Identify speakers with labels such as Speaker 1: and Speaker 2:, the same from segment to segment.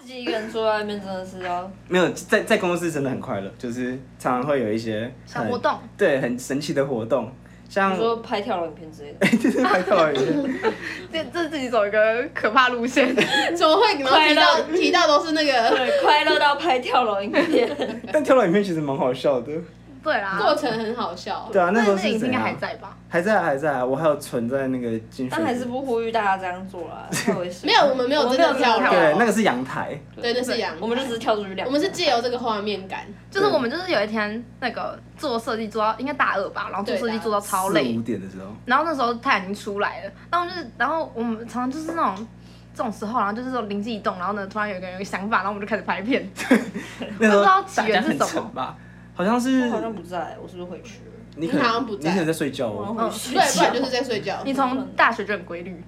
Speaker 1: 自己一个人坐在那边真的是要
Speaker 2: 没有在在公司真的很快乐，就是常常会有一些
Speaker 3: 小
Speaker 2: 很
Speaker 3: 活动，
Speaker 2: 对，很神奇的活动，像
Speaker 1: 你 说拍跳楼影片之类的，
Speaker 2: 就是拍照影片，
Speaker 3: 这这自己走一个可怕路线，
Speaker 4: 怎么会？你们提
Speaker 1: 快
Speaker 4: 到提到都是那个
Speaker 1: 对，快乐到拍跳楼影片。
Speaker 2: 但跳楼影片其实蛮好笑的。
Speaker 3: 对啦，
Speaker 4: 过程很好笑，
Speaker 2: 对啊，
Speaker 3: 哦那
Speaker 2: 时候
Speaker 3: 个
Speaker 2: 是
Speaker 3: 影
Speaker 2: 怎
Speaker 3: 应该
Speaker 2: 样？
Speaker 3: 还在吧？
Speaker 2: 还在啊，还在啊，我还有存在那个进去。
Speaker 1: 但还是不呼吁大家这样做啦，太危险。
Speaker 4: 没有，我们没有真
Speaker 1: 我
Speaker 4: 的
Speaker 1: 们没有
Speaker 4: 跳
Speaker 1: 真
Speaker 4: 楼
Speaker 1: 的
Speaker 3: 啊
Speaker 2: 对，那个是阳台，
Speaker 4: 对，那是羊，
Speaker 1: 我们就只是跳出去两，
Speaker 4: 我们是借由这个画面感，
Speaker 3: 就是我们就是有一天那个做设计做到应该大二吧，然后做设计做到超
Speaker 2: 四
Speaker 3: 累
Speaker 2: 五，点的时候，
Speaker 3: 然后那时候太阳已经出来了，然后我们就是然后我们常常就是那种。这种时候，然后就是说灵机一动，然后呢，突然有一个人有个想法，然后我们就开始拍片。
Speaker 2: 那时
Speaker 3: 不
Speaker 2: 候
Speaker 3: 知道起
Speaker 2: 大家
Speaker 3: 源是
Speaker 2: 很
Speaker 3: 什么
Speaker 2: 沉吧？好像是
Speaker 1: 我好像不在，我是不是回去了？
Speaker 2: 你可
Speaker 4: 你好像
Speaker 2: 能
Speaker 4: 不在
Speaker 2: 可能在睡觉
Speaker 1: 我好像回
Speaker 2: 哦。
Speaker 1: 去
Speaker 4: 嗯对，
Speaker 1: 睡觉
Speaker 4: 不然就是在睡觉。
Speaker 3: 你从大学就很规律，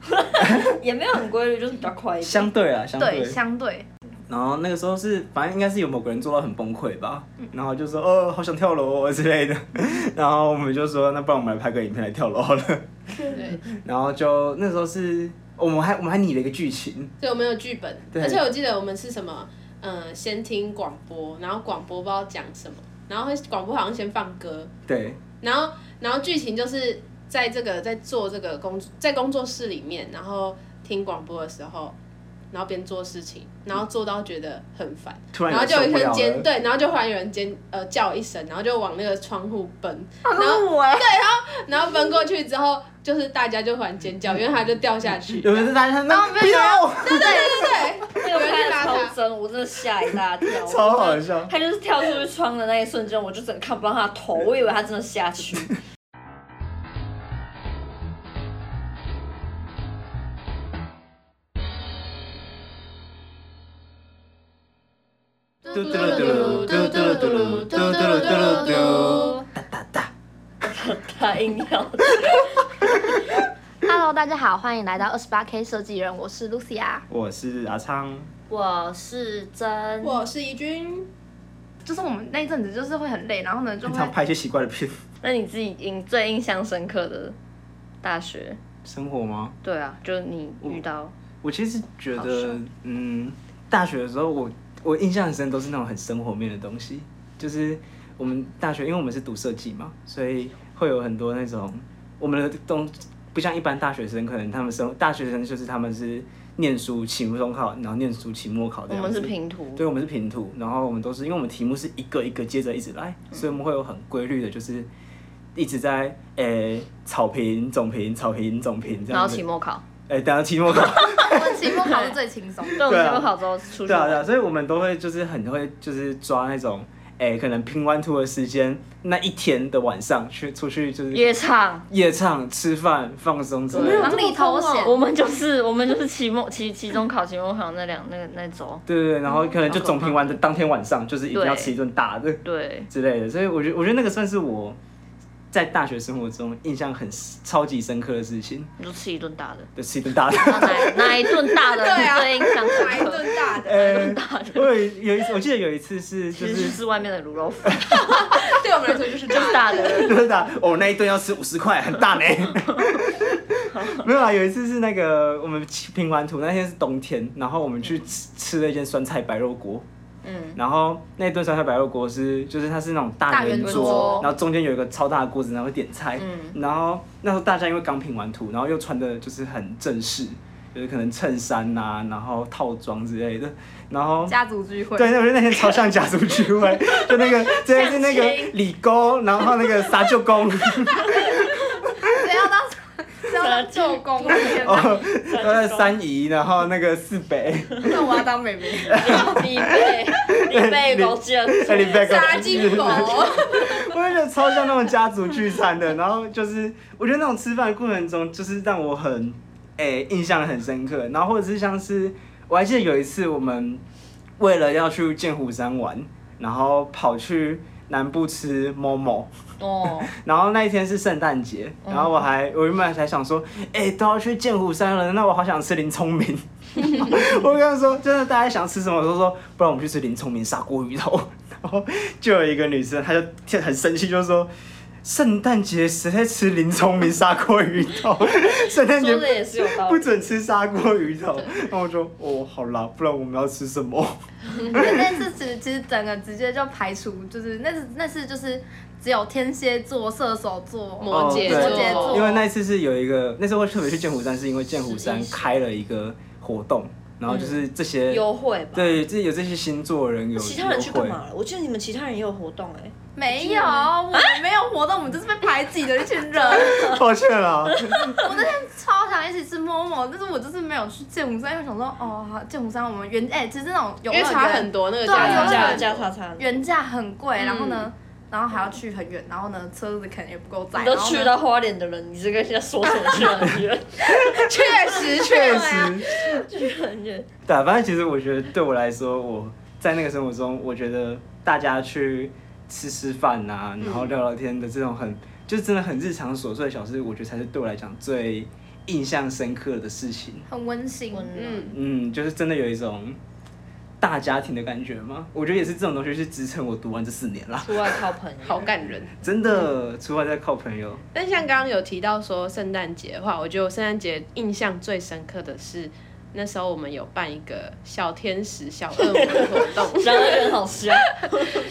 Speaker 1: 也没有很规律，就是比较快一点。
Speaker 2: 相对啊，相
Speaker 3: 对，
Speaker 2: 对。
Speaker 3: 相对
Speaker 2: 然后那个时候是，反正应该是有某个人做到很崩溃吧，然后就说哦，好想跳楼哦之类的。然后我们就说，那不然我们来拍个影片来跳楼好了。
Speaker 4: 对，
Speaker 2: 然后就那时候是，我们还我们还拟了一个剧情，
Speaker 4: 对，我们有剧本，
Speaker 2: 对
Speaker 4: 而且我记得我们是什么，嗯，先听广播，然后广播不知道讲什么，然后广播好像先放歌，
Speaker 2: 对
Speaker 4: 然后然后剧情就是在这个在做这个工在工作室里面，然后听广播的时候，然后边做事情，然后做到觉得很烦，
Speaker 2: 突然
Speaker 4: 然后就有一
Speaker 2: 受不
Speaker 4: 个人
Speaker 2: 了
Speaker 4: 尖
Speaker 2: 了
Speaker 4: 对，然后就忽然有人尖呃叫一声，然后就往那个窗户奔，
Speaker 3: 啊，那是我哎，
Speaker 4: 然后奔过去之后，就是大家就忽然尖叫，因为他就掉下去，
Speaker 2: 有人在大家
Speaker 3: 然
Speaker 2: 那
Speaker 3: 后没有人
Speaker 2: 不
Speaker 4: 对对对对，
Speaker 1: 那个拍的超真，我真的吓一大跳。
Speaker 2: 要超好笑。
Speaker 1: 他就是跳出去窗的那一瞬间，我就整个看不到他的头，我以为他真的下去。
Speaker 2: 嘟嘟噜嘟噜嘟嘟噜嘟噜嘟嘟噜嘟噜嘟，哒哒哒。
Speaker 1: 他硬要
Speaker 3: Hello，大家好，欢迎来到二十八 K 设计人，我是 Lucia。
Speaker 2: 我是阿昌，
Speaker 1: 我是真，
Speaker 4: 我是怡君，
Speaker 3: 就是我们那一阵子就是会很累，然后呢就
Speaker 2: 经
Speaker 3: 会
Speaker 2: 常拍一些奇怪的片。
Speaker 1: 那你自己印最印象深刻的大学？
Speaker 2: 生活吗？
Speaker 1: 对啊，就是你遇到
Speaker 2: 我其实觉
Speaker 1: 好
Speaker 2: 得
Speaker 1: 像，
Speaker 2: 嗯，大学的时候我我印象很深都是那种很生活面的东西，就是我们大学，因为我们是读设计嘛，所以会有很多那种我们的东，不像一般大学生，可能他们生大学生就是他们是念书期中考，然后念书期末考
Speaker 1: 我
Speaker 2: 这样子。
Speaker 1: 们是平图，
Speaker 2: 嗯对，我们是平图，然后我们都是因为我们题目是一个一个接着一直来，
Speaker 1: 嗯
Speaker 2: 所以我们会有很规律的，就是一直在诶、草坪、总评、草坪、总评这
Speaker 1: 然后
Speaker 2: 样子
Speaker 1: 期。末考，
Speaker 2: 诶、等到期末考，
Speaker 3: 我们 期末考是最轻 松的。
Speaker 1: 对，我们
Speaker 2: 对啊
Speaker 1: 期末考之后出去
Speaker 2: 对啊对
Speaker 1: 玩，
Speaker 2: 啊，所以我们都会就是很会就是抓那种诶、可能拼完图的时间那一天的晚上去出去就是
Speaker 1: 夜唱。
Speaker 2: 夜唱、吃饭、放松之类
Speaker 1: 对
Speaker 2: 的。
Speaker 3: 忙里偷闲，
Speaker 1: 我们就是我们就是期末期期中考、期末考那两那个那周，
Speaker 2: 对对对，然后可能
Speaker 1: 好可
Speaker 2: 就
Speaker 1: 怕
Speaker 2: 总评完的当天晚上，就是一定要
Speaker 1: 对
Speaker 2: 吃一顿大的。
Speaker 1: 对，
Speaker 2: 之类的，所以我觉得我觉得那个算是我在大学生活中印象很超级深刻的事情，
Speaker 1: 你就吃一顿大的。
Speaker 2: 就吃一顿大餐。
Speaker 1: 那哪哪一顿大 的
Speaker 4: 对啊
Speaker 1: 最印象深
Speaker 4: 买一
Speaker 1: 刻？
Speaker 4: 顿大的，
Speaker 2: 呃，我有一有一次，我记得有一次是就
Speaker 1: 其实
Speaker 2: 是
Speaker 1: 是外面的卤肉 饭，
Speaker 4: 对我们来说就是
Speaker 1: 就是
Speaker 4: 大
Speaker 1: 大
Speaker 4: 的。
Speaker 1: 的。
Speaker 2: 就是打哦那一顿要吃五十块，很 大呢。没有啊，有一次是那个我们拼完图那天是冬天，然后我们
Speaker 3: 嗯
Speaker 2: 去吃吃了一间酸菜白肉锅，
Speaker 1: 嗯，
Speaker 2: 然后那一顿酸菜白肉锅是就是它是那种大
Speaker 3: 大
Speaker 2: 圆
Speaker 3: 圆
Speaker 2: 桌，
Speaker 3: 桌
Speaker 2: 然后中间有一个超大的锅子，然后会点菜。
Speaker 1: 嗯
Speaker 2: 然后那时候大家因为刚拼完图，然后又穿的就是很正式，就是可能衬衫呐、然后套装之类的。然后
Speaker 3: 家族聚会，
Speaker 2: 对，那我觉得那天超 像家族聚会，就那个真的是那
Speaker 1: 相
Speaker 2: 个
Speaker 1: 亲
Speaker 2: 李沟，然后那个撒舅公，
Speaker 3: 谁要当谁要当舅公？
Speaker 2: 哦，呃三姨，然后那个四北，
Speaker 3: 那我要当妹妹。
Speaker 1: 李贝，李贝狗见，
Speaker 2: 哎李贝狗
Speaker 4: 杀鸡狗，
Speaker 2: 我就觉得超像那种家族聚餐的，然后就是我觉得那种吃饭的过程中，就是让我很诶、哎印象很深刻，然后或者是像是我还记得有一次我们为了要去剑湖山玩，然后跑去南部吃某某，
Speaker 1: 哦， 嗯
Speaker 2: 然后那一天是圣诞节，然后我还我原本还想说，哎、都要去剑湖山了，那我好想吃林 聪明。我跟他说，真的大家想吃什么，我都说不然我们去吃林聪明砂锅鱼头。然后就有一个女生，她就很生气，就说。圣诞节谁在吃林聪明砂锅鱼头？ 圣诞节
Speaker 1: 说的也是有道
Speaker 2: 不
Speaker 1: 理。
Speaker 2: 准吃砂锅鱼 头。然后我说哦，好啦，不然我们要吃什么？
Speaker 3: 那次其实其实整个直接就排除，就是那次那次就是只有天蝎座、射手座，
Speaker 4: 摩羯
Speaker 2: 哦对
Speaker 3: 摩羯座
Speaker 2: 因为那一次是有一个，那次会特别去剑湖山，是因为剑湖山
Speaker 4: 是是
Speaker 2: 开了一个活动，然后就是这些、
Speaker 1: 嗯优惠吧。
Speaker 2: 对，这有这些星座人有
Speaker 1: 其他人去
Speaker 2: 有
Speaker 1: 干
Speaker 2: 会
Speaker 1: 嘛了？我记得你们其他人也有活动哎、
Speaker 3: 没有，
Speaker 1: 啊
Speaker 3: 我们没有活动，我们就是被排挤的一群 人。我
Speaker 2: 抱歉啦，
Speaker 3: 那天超想一起吃摸摸，但是我就是没有去剑湖山，因为想说哦，好剑湖山我们原哎、其实那种游
Speaker 4: 因
Speaker 3: 乐
Speaker 4: 为差
Speaker 3: 园
Speaker 4: 很多那个
Speaker 3: 对啊
Speaker 1: 加
Speaker 4: 价格
Speaker 3: 有
Speaker 1: 加
Speaker 3: 很
Speaker 1: 加叉叉，
Speaker 3: 原价很
Speaker 1: 嗯
Speaker 3: 贵，然后呢，然后还要去很远，然后呢，车子可能也不够载。
Speaker 1: 你都
Speaker 3: 然后呢
Speaker 1: 去到花莲的人，你这个现在说什么去很远，
Speaker 3: 确实
Speaker 2: 确
Speaker 3: 确实，
Speaker 1: 啊
Speaker 2: 实，
Speaker 1: 去很远。
Speaker 2: 对啊，反正其实我觉得对我来说，我在那个生活中，我觉得大家去吃吃饭呐、
Speaker 1: 嗯
Speaker 2: 然后聊聊天的这种很，就是真的很日常琐碎的小事，我觉得才是对我来讲最印象深刻的事情。
Speaker 3: 很温馨。
Speaker 1: 温暖
Speaker 4: 嗯，
Speaker 2: 嗯，就是真的有一种大家庭的感觉吗？我觉得也是这种东西是支撑我读完这四年啦，
Speaker 1: 出外靠朋友，
Speaker 4: 好感人。
Speaker 2: 真的，除了在靠朋友，
Speaker 4: 但像刚刚有提到说圣诞节的话，我觉得我圣诞节印象最深刻的是那时候我们有办一个小天使小恶魔的活动。
Speaker 1: 然后人好香，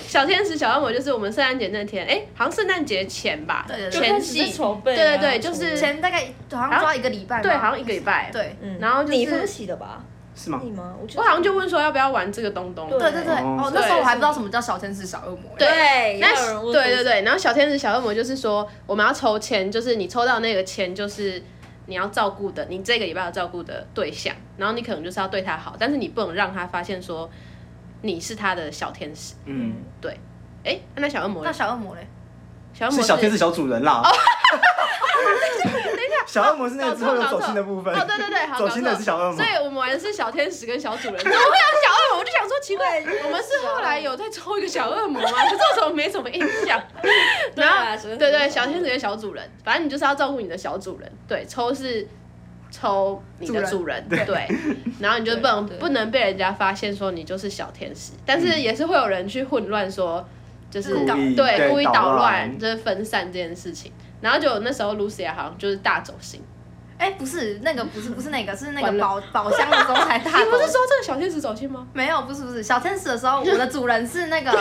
Speaker 4: 小天使小恶魔就是我们圣诞节那天，哎、好像圣诞节前吧，
Speaker 3: 对对对
Speaker 1: 就
Speaker 4: 前
Speaker 1: 开始在
Speaker 4: 戏，
Speaker 1: 筹备、啊。
Speaker 4: 对对对就是
Speaker 3: 前大概好像抓一个礼拜吧，
Speaker 4: 对，好像一个礼拜。
Speaker 3: 对
Speaker 1: 嗯
Speaker 4: 然后就是
Speaker 1: 你分析的吧？
Speaker 2: 是吗
Speaker 1: 你？吗？我记得
Speaker 4: 我好像就问说要不要玩这个东东，
Speaker 1: 对
Speaker 3: 对对对。
Speaker 2: 哦
Speaker 3: 哦，那时候我还不知道什么叫小天使小恶魔。
Speaker 4: 对
Speaker 1: 对，
Speaker 4: 那
Speaker 1: 要有人问
Speaker 4: 对对对，然后小天使小恶魔就是说，我们要抽签，就是你抽到那个签，就是你要照顾的，你这个礼拜要照顾的对象，然后你可能就是要对他好，但是你不能让他发现说你是他的小天使。
Speaker 2: 嗯，
Speaker 4: 哎、那小恶魔
Speaker 3: 那
Speaker 4: 嘞，
Speaker 3: 小恶魔嘞？
Speaker 4: 小恶魔
Speaker 2: 是小天使小主人啦。小恶魔是那个之后有走心的部分，
Speaker 4: 哦，对对对，好，
Speaker 2: 走心的
Speaker 4: 搞错
Speaker 2: 是小恶魔
Speaker 4: 所。以我们玩的是小天使跟小主人，怎么会有小恶魔？我就想说奇怪，我们是后来有在抽一个小恶魔吗？可是我怎么没什么印象？
Speaker 1: 对啊
Speaker 4: 然后
Speaker 1: 小天使
Speaker 4: 对
Speaker 1: 跟
Speaker 4: 对，
Speaker 1: 小
Speaker 4: 小
Speaker 1: 主人
Speaker 4: 天使跟小主人，反正你就是要照顾你的小主人。对，抽是抽你的主人，对，然后你就不能
Speaker 1: 对对
Speaker 4: 不能被人家发现说你就是小天使，但是也是会有人去混乱说，就是
Speaker 3: 故意
Speaker 4: 对
Speaker 2: 嗯对
Speaker 4: 故意
Speaker 2: 捣
Speaker 4: 捣乱，
Speaker 2: 乱
Speaker 4: 就是分散这件事情。然后就那时候 Lucy 好像就是大走心，
Speaker 3: 哎，不是那个，不是不是那个，是那
Speaker 4: 完
Speaker 3: 个
Speaker 4: 了
Speaker 3: 宝宝箱的时候才大走。
Speaker 4: 你不是说这个小天使走心吗？
Speaker 3: 没有，不是不是，小天使的时候，我的主人是 那个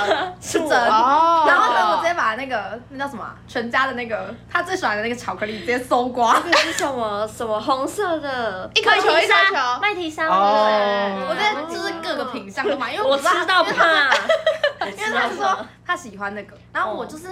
Speaker 3: 是真。
Speaker 4: 哦
Speaker 3: 然后呢，我直接把那个那叫什么啊全家的那个他最喜欢的那个巧克力直接搜 刮。
Speaker 1: 那个是什么什么红色的，
Speaker 4: 一颗球一颗球，
Speaker 3: 麦提莎
Speaker 2: 哦
Speaker 3: 我在就是各个品相都买，因为
Speaker 1: 我
Speaker 3: 知
Speaker 1: 知
Speaker 3: 道
Speaker 1: 道怕，
Speaker 3: 因为他说他喜欢那个，然后我就是、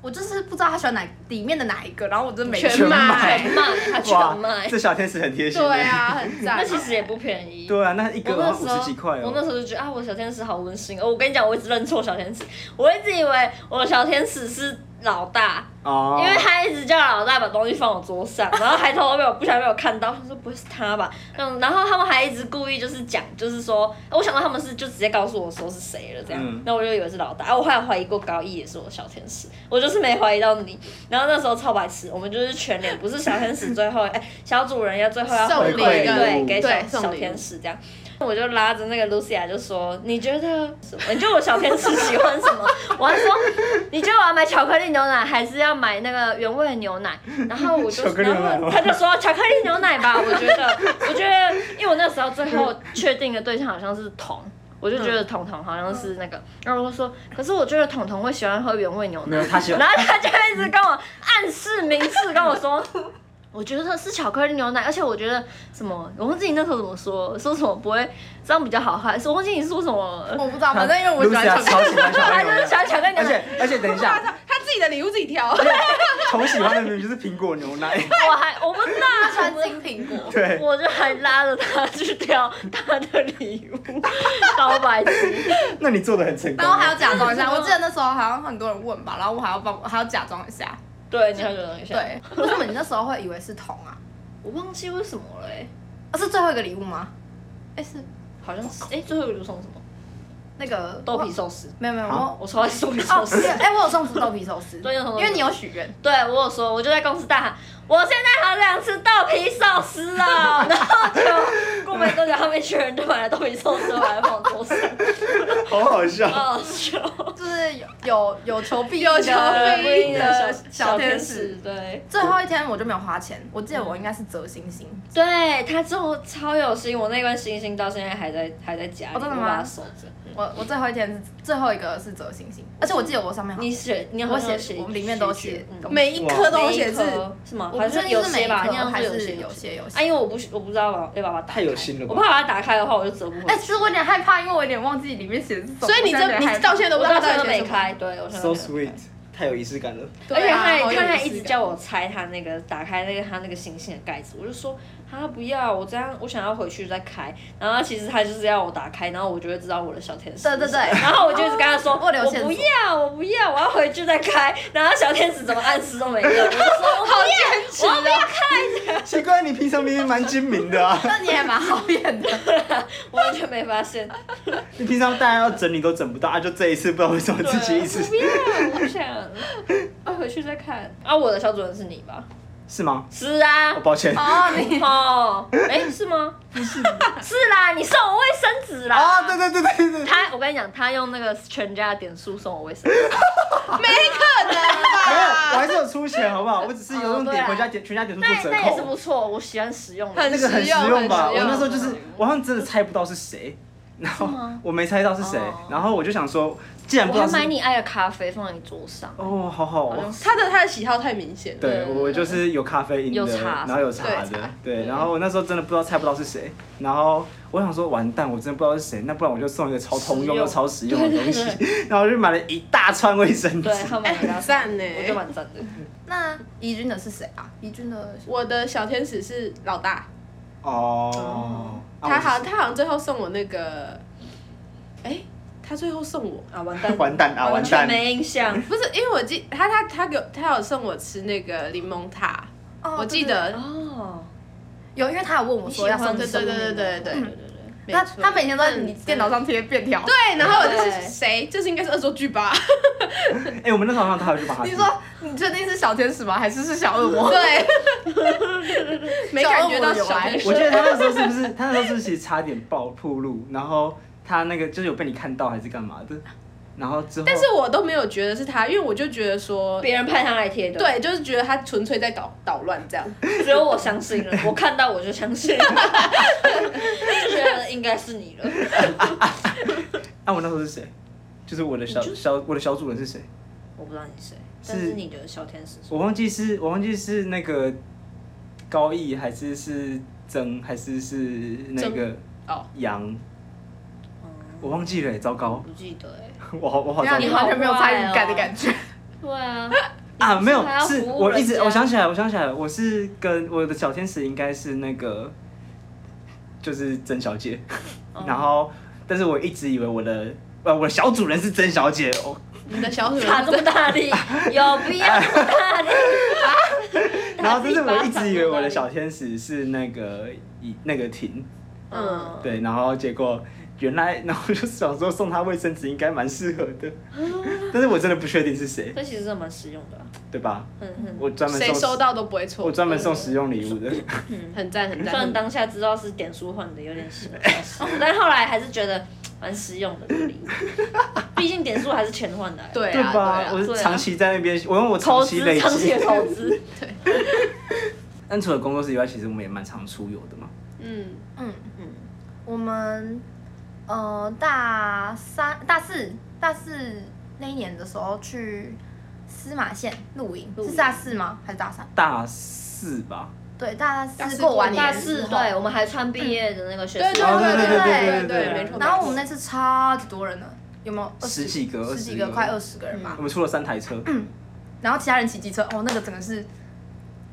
Speaker 3: 我就是不知道他喜欢哪里面的哪一个，然后我就每
Speaker 4: 全买
Speaker 1: 全卖，他
Speaker 2: 哇
Speaker 1: 全卖，
Speaker 2: 这小天使很贴心。欸
Speaker 4: 对，啊，很赞。
Speaker 1: 那其实也不便宜。
Speaker 2: 对啊，那一
Speaker 1: 我
Speaker 2: 个
Speaker 1: 那
Speaker 2: 好
Speaker 1: 时
Speaker 2: 像五
Speaker 1: 候
Speaker 2: 十几块
Speaker 1: 我那
Speaker 2: 哦。
Speaker 1: 时候就觉得啊，我小天使好温馨哦。我跟你讲，我一直认错小天使，我一直以为我小天使是老大，
Speaker 2: 哦
Speaker 1: 因为他一直叫老大把东西放我桌上，然后还偷偷被我不小心被我看到，他说不会是他吧？嗯，然后他们还一直故意就是讲，就是说，哦我想到他们是就直接告诉我说是谁了这样
Speaker 2: 嗯，
Speaker 1: 那、我就以为是老大。啊，我还有怀疑过高一也是我小天使，我就是没怀疑到你。然后那时候超白痴，我们就是全脸不是小天使最后哎、小主人要最后要
Speaker 4: 送
Speaker 1: 回
Speaker 2: 礼
Speaker 1: 馈
Speaker 2: 对
Speaker 1: 对给
Speaker 4: 对
Speaker 1: 小
Speaker 4: 送
Speaker 1: 小
Speaker 4: 礼
Speaker 1: 天使这样。我就拉着那个 Lucia 就说：“你觉得什么？你觉得我小天使喜欢什么？”我还说：“你觉得我要买巧克力牛奶，还是要买那个原味的牛 奶？”然后我就
Speaker 2: 巧，克力牛奶
Speaker 1: 然后
Speaker 2: 吗
Speaker 1: 他就说：“巧克力牛奶吧。” 我觉得，我觉得，因为我那时候最后确定的对象好像是彤，我就觉得彤彤好像是那
Speaker 2: 嗯
Speaker 1: 个。然后我就说：“可是我觉得彤彤会喜欢喝原味牛奶
Speaker 2: 没。有，他”喜欢
Speaker 1: 然后他就一直跟我暗示、明示跟我说。 我觉得是巧克力牛奶，而且我觉得什么，我忘记你那时候怎么说，说什么不会这样比较好喝，还是我忘记你说什么，
Speaker 2: 哎
Speaker 3: 我不知道，反正因为我喜欢
Speaker 2: Lucia
Speaker 3: 巧
Speaker 2: 超
Speaker 3: 克
Speaker 2: 喜欢小
Speaker 1: 他
Speaker 2: 朋
Speaker 1: 就是喜
Speaker 2: 友，
Speaker 1: 欢巧克力牛
Speaker 2: 而
Speaker 1: 奶。
Speaker 2: 且而且等一下，
Speaker 4: 他自己的礼物自己挑，
Speaker 2: 同喜欢的明明就是苹果牛奶，
Speaker 1: 哎我还我不知道
Speaker 3: 力，他
Speaker 1: 他
Speaker 3: 喜欢金苹果。
Speaker 2: 对，
Speaker 1: 我就还拉着他去挑他的礼物， 超白痴。
Speaker 2: 那你做的很成功
Speaker 3: 然后还要
Speaker 2: 啊。
Speaker 3: 假装一下，我记得那时候好像很多人问吧，然后我还要帮，我还要假装一下。
Speaker 1: 对，你要觉得一下，
Speaker 3: 对，为什么你那时候会以为是铜啊？
Speaker 1: 我忘记为什么了、欸，
Speaker 3: 啊是最后一个礼物吗？哎，是
Speaker 1: 好像是哎、最后一个送什么？
Speaker 3: 那个
Speaker 1: 豆皮，寿司，
Speaker 3: 没有没有
Speaker 2: 啊
Speaker 3: 我。
Speaker 1: 我超爱送你寿
Speaker 3: 哦，
Speaker 1: 司
Speaker 3: 对。哎，我有送出豆皮寿司，
Speaker 1: 对有送豆
Speaker 3: 因
Speaker 1: 皮
Speaker 3: 为你有许愿，
Speaker 1: 对我有说，我就在公司大喊，我现在好想吃豆皮寿司了。 然后就过没多久，他们一群人就买了豆皮寿司，把它放桌上，
Speaker 2: 好好笑。
Speaker 1: 好好笑。
Speaker 3: 就是有有有求必
Speaker 4: 有求
Speaker 3: 的
Speaker 4: 必应
Speaker 3: 的
Speaker 4: 的
Speaker 3: 小
Speaker 4: 小
Speaker 3: 天
Speaker 4: 天
Speaker 3: 使
Speaker 4: 使。对，
Speaker 3: 最后一天我就没有花钱，我记得我应该是折星星，
Speaker 1: 对他之后超有心，我那罐星星到现在还在还在家里，
Speaker 3: 哦真的吗
Speaker 1: 我把它守着。
Speaker 3: 我我最后一天是最后一个是折星星，而且我记得我上面好
Speaker 1: 你写，你
Speaker 3: 我
Speaker 1: 好像有
Speaker 3: 写
Speaker 1: 写，
Speaker 3: 我们里面都写
Speaker 1: 嗯
Speaker 3: 东西
Speaker 4: 每一颗都有
Speaker 1: 每一
Speaker 4: 写字，
Speaker 1: 颗是吗？
Speaker 3: 我
Speaker 1: 还
Speaker 3: 不确定
Speaker 1: 有
Speaker 3: 是每一
Speaker 1: 些吧，
Speaker 3: 颗
Speaker 1: 那样
Speaker 3: 还
Speaker 1: 是
Speaker 3: 是
Speaker 1: 些
Speaker 3: 有些有
Speaker 1: 啊，
Speaker 3: 些。
Speaker 1: 因为我不我不知道要要把它打开
Speaker 2: 太有心了吧
Speaker 1: 我怕把它打开的话我就折不回
Speaker 3: 哎，
Speaker 1: 去。
Speaker 3: 其实我有点害怕，因为我有点忘记里面写的是什么。
Speaker 4: 所以你
Speaker 3: 我现在
Speaker 4: 这
Speaker 3: 有
Speaker 4: 你
Speaker 3: 点害怕
Speaker 4: 到现在都不
Speaker 1: 我
Speaker 4: 知道
Speaker 1: 到
Speaker 4: 到
Speaker 1: 现在都
Speaker 4: 底写
Speaker 1: 没
Speaker 4: 什么，
Speaker 1: 开，对，我到现在
Speaker 2: ，so
Speaker 1: 没开
Speaker 2: sweet，太有仪式感了。
Speaker 1: 而且他还
Speaker 4: 对啊
Speaker 1: 他还
Speaker 4: 好有
Speaker 1: 一
Speaker 4: 仪
Speaker 1: 直
Speaker 4: 式感
Speaker 1: 叫我拆他那个打开那个他那个星星的盖子，我就说他不要，我这样我想要回去再开。然后其实他就是要我打开，然后我就会知道我的小天使。
Speaker 3: 对对对
Speaker 1: 然后我就一直跟他说，
Speaker 4: 哦
Speaker 3: 我留线索
Speaker 1: 不要，我不要，我要回去再开。然后小天使怎么暗示都没有，我就 说我不
Speaker 4: 啊
Speaker 1: 要，我不要开，
Speaker 2: 奇怪，你平常明明蛮精明的啊，
Speaker 3: 那你也蛮好演的。
Speaker 1: 我完全没发现。
Speaker 2: 你平常大家要整理都整不到啊，就这一次不知道为什么自己一直
Speaker 1: 对啊不要，我不想，我回去再看。啊，我的小主人是你吧？
Speaker 2: 是吗？
Speaker 1: 是啊
Speaker 2: 哦，。抱歉，
Speaker 3: 哦， 你
Speaker 1: 哦，哎、是吗？不 是，是啦，你送我卫生纸啦。
Speaker 2: 啊，对对对对对，
Speaker 1: 他，我跟你讲，他用那个全家的点数送我卫生 纸。
Speaker 2: 没有，我还是有出钱，好不好？我只是有用点回家点全家点数
Speaker 1: 那
Speaker 2: 做折
Speaker 1: 那也是不
Speaker 2: 扣，
Speaker 1: 错，我喜欢使用的。
Speaker 4: 很
Speaker 2: 那个很实用吧？
Speaker 4: 很
Speaker 2: 我
Speaker 4: 实
Speaker 2: 那时候就是
Speaker 1: 很实用，
Speaker 2: 我好像真的猜不到是谁，然后我没猜到是谁
Speaker 1: 哦，
Speaker 2: 然后我就想说，既然不
Speaker 1: 我
Speaker 2: 知道
Speaker 1: 还
Speaker 2: 是
Speaker 1: 买你爱的咖啡放在你桌上，
Speaker 2: 哦，好好哦。
Speaker 4: 他的他的喜好太明显了。
Speaker 2: 对，我就是有咖啡因
Speaker 1: 有
Speaker 2: 的，
Speaker 1: 茶
Speaker 2: 然后有茶
Speaker 4: 对
Speaker 2: 的
Speaker 4: 茶，
Speaker 2: 对，然后我那时候真的不知道猜不到是谁，然后我想说完蛋，我真的不知道是谁，那不然我就送一个超通用又超实用的东西，然后我就买了一大串卫生 纸
Speaker 1: 对，他买
Speaker 4: 哎，
Speaker 1: 了咖
Speaker 4: 很
Speaker 1: 啡，
Speaker 4: 赞呢。
Speaker 1: 我就蛮赞的。
Speaker 3: 那怡君的是谁啊？怡君的
Speaker 4: 我的小天使是老大，
Speaker 2: 哦，啊
Speaker 4: 他
Speaker 2: 我
Speaker 4: 好像他好像最后送我那个，哎，他最后送我
Speaker 1: 啊，完蛋，
Speaker 2: 完蛋啊完
Speaker 1: 完全
Speaker 2: 蛋
Speaker 1: 没印象。
Speaker 4: 不是因为我记他他他给我他有送我吃那个柠檬塔，
Speaker 3: 哦
Speaker 4: 我记
Speaker 3: 对对对
Speaker 4: 得
Speaker 1: 哦，
Speaker 3: 有，因为他有问我说要送
Speaker 4: 对
Speaker 3: 你什
Speaker 4: 对
Speaker 3: 么
Speaker 4: 对对对对对对对。
Speaker 3: 那
Speaker 4: 没错
Speaker 3: 他每天都在你电脑上贴便条。
Speaker 4: 对，然后我就
Speaker 1: 对
Speaker 4: 是谁，就是应该是恶作剧吧？
Speaker 2: 哎、我们那时候好像他有去帮他订，
Speaker 3: 你说你确定是小天使吗？还是是小恶 魔？
Speaker 4: 对，没感觉到小天
Speaker 2: 我
Speaker 4: 使
Speaker 2: 记得他那时候是不是，他那时候是不是其实差点爆铺路，然后他那个就是有被你看到还是干嘛的，然后之后，
Speaker 4: 但是我都没有觉得是他，因为我就觉得说，
Speaker 1: 别人派他来贴的，，
Speaker 4: 对，就是觉得他纯粹在搞捣乱这样。
Speaker 1: 只有我相信了， 我看到我就相信了，就觉得应该是你了。
Speaker 2: 啊，我那时候是谁？就是我的小小我的小主人是谁？
Speaker 1: 我不知道你是谁，
Speaker 2: 是
Speaker 1: 但是你的小天使是
Speaker 2: 我忘记是，我忘记是那个高毅还是是曾还是是那个
Speaker 4: 哦
Speaker 2: 杨，
Speaker 1: 嗯，
Speaker 2: 我忘记了、糟糕，
Speaker 1: 不记得哎。
Speaker 2: 我好我好糟
Speaker 3: 让
Speaker 1: 你
Speaker 3: 你
Speaker 2: 糕
Speaker 3: 完全没有参与感的感觉。
Speaker 1: 对 啊，
Speaker 2: 啊！没有
Speaker 1: 还，要
Speaker 2: 是
Speaker 1: 服务
Speaker 2: 我一直
Speaker 1: 人家
Speaker 2: 我想起来，我想起来了，我是跟我的小天使应该是那 个就是曾小姐，
Speaker 1: 哦
Speaker 2: 然后但是我一直以为我的呃我的小主人是曾小姐哦，
Speaker 4: 你的小主
Speaker 1: 打
Speaker 4: 人
Speaker 1: 这么大 力，有必要这么大力？
Speaker 2: 然后但是我一直以为我的小天使是那个以那个婷。
Speaker 1: 嗯，
Speaker 2: 对，然后结果原来， 然后我就想说送他卫生纸应该蛮适合的，
Speaker 1: 啊
Speaker 2: 但是我真的不确定是谁，
Speaker 1: 这其实真的蛮实用的啊，
Speaker 2: 对吧？
Speaker 1: 嗯嗯，
Speaker 2: 我专门
Speaker 4: 谁
Speaker 2: 送
Speaker 4: 收到都不会错
Speaker 2: 我，专门送实用礼物的，
Speaker 1: 啊
Speaker 4: 很赞很
Speaker 1: 虽然
Speaker 4: 赞。
Speaker 1: 当下知道是点数换的有点小失 望，但后来还是觉得蛮实用的这个礼物，毕竟点数还是钱换的啊，
Speaker 4: 对
Speaker 2: 对
Speaker 4: 啊对
Speaker 2: 吧？
Speaker 4: 啊
Speaker 2: 我，是
Speaker 1: 对啊
Speaker 2: 长期在那边，我用我长
Speaker 1: 投
Speaker 2: 期
Speaker 1: 资
Speaker 2: 累
Speaker 1: 长期
Speaker 2: 积
Speaker 1: 的。投资，
Speaker 2: 但除了工作室以外，其实我们也蛮常出游的嘛。
Speaker 4: 嗯，
Speaker 3: 嗯，
Speaker 1: 嗯，
Speaker 3: 我们呃大三、大四、大四那一年的时候去司马县露营，
Speaker 1: 露营
Speaker 3: 是大四吗？还是大三？
Speaker 2: 大四吧，
Speaker 3: 对，大
Speaker 4: 大
Speaker 3: 四
Speaker 4: 四
Speaker 3: 过完
Speaker 4: 过
Speaker 3: 年
Speaker 1: 大
Speaker 4: 完
Speaker 3: 之
Speaker 1: 四
Speaker 3: 后
Speaker 1: 对，我们还穿毕业的那个学
Speaker 4: 对
Speaker 1: 士
Speaker 4: 对
Speaker 1: 服，
Speaker 2: 哦对
Speaker 4: 对
Speaker 3: 对对
Speaker 4: 对
Speaker 2: 对
Speaker 4: 没错。
Speaker 3: 然后我们那次超级多人呢，有没有20
Speaker 2: 十几个
Speaker 3: 十几
Speaker 2: 20
Speaker 3: 个，嗯
Speaker 2: 个
Speaker 3: 快二十个人吧
Speaker 2: 我。们出了三台车，
Speaker 1: 嗯
Speaker 3: 然后其他人骑机车，哦，那个整个是